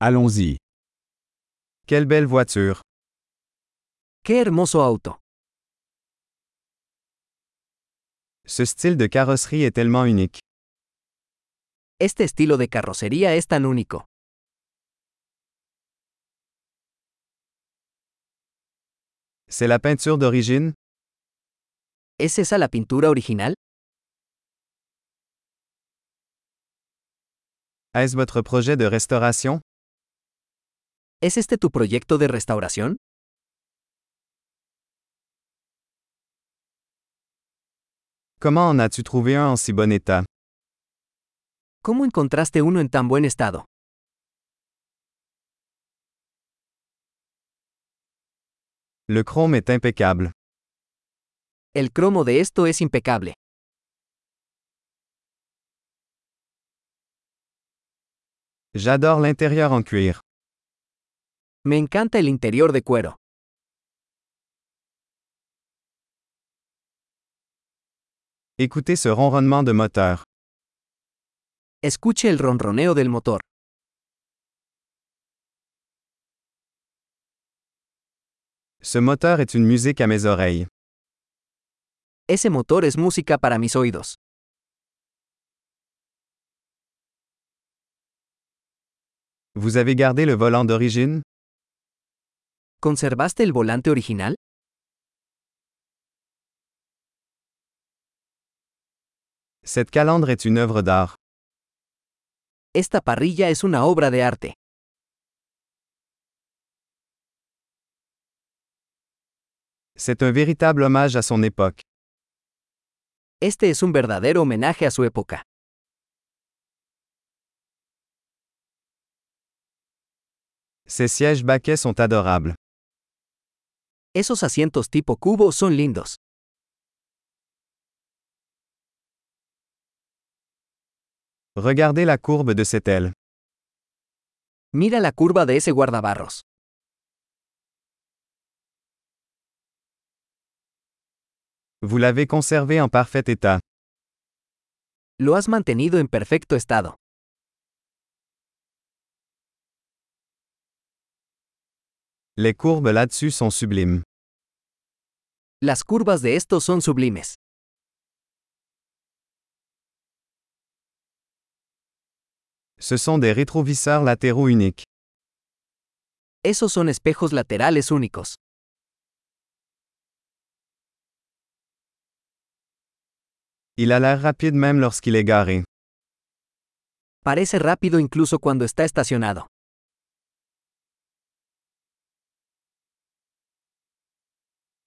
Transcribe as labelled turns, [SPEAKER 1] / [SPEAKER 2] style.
[SPEAKER 1] Allons-y. Quelle belle voiture.
[SPEAKER 2] Qué hermoso auto.
[SPEAKER 1] Ce style de carrosserie est tellement unique.
[SPEAKER 2] Este estilo de carrocería es tan único.
[SPEAKER 1] C'est la peinture d'origine?
[SPEAKER 2] ¿Es esa la pintura original?
[SPEAKER 1] Est-ce votre projet de restauration?
[SPEAKER 2] ¿Es este tu proyecto de restauración?
[SPEAKER 1] Comment en as-tu trouvé un en si bon état?
[SPEAKER 2] ¿Cómo encontraste uno en tan buen estado?
[SPEAKER 1] Le chrome est impeccable.
[SPEAKER 2] El cromo de esto es impecable.
[SPEAKER 1] J'adore l'intérieur en cuir.
[SPEAKER 2] Me encanta el interior de cuero.
[SPEAKER 1] Écoutez ce ronronnement de moteur.
[SPEAKER 2] Escuche el ronroneo del motor.
[SPEAKER 1] Ce moteur est une musique à mes oreilles.
[SPEAKER 2] Ese motor es música para mis oídos.
[SPEAKER 1] Vous avez gardé le volant d'origine?
[SPEAKER 2] ¿Conservaste el volante original?
[SPEAKER 1] Cette calandre est une œuvre d'art.
[SPEAKER 2] Esta parrilla es una obra de arte.
[SPEAKER 1] C'est un véritable hommage à son époque.
[SPEAKER 2] Este es un verdadero homenaje a su época.
[SPEAKER 1] Ces sièges baquets sont adorables.
[SPEAKER 2] Esos asientos tipo cubo son lindos.
[SPEAKER 1] Regardez la courbe de cette aile.
[SPEAKER 2] Mira la curva de ese guardabarros.
[SPEAKER 1] Vous l'avez conservé en parfait état.
[SPEAKER 2] Lo has mantenido en perfecto estado.
[SPEAKER 1] Les courbes là-dessus sont sublimes.
[SPEAKER 2] Las curvas de estos son sublimes.
[SPEAKER 1] Ce sont des rétroviseurs latéraux uniques.
[SPEAKER 2] Esos son espejos laterales únicos.
[SPEAKER 1] Il a l'air rapide même lorsqu'il est garé.
[SPEAKER 2] Parece rápido incluso cuando está estacionado.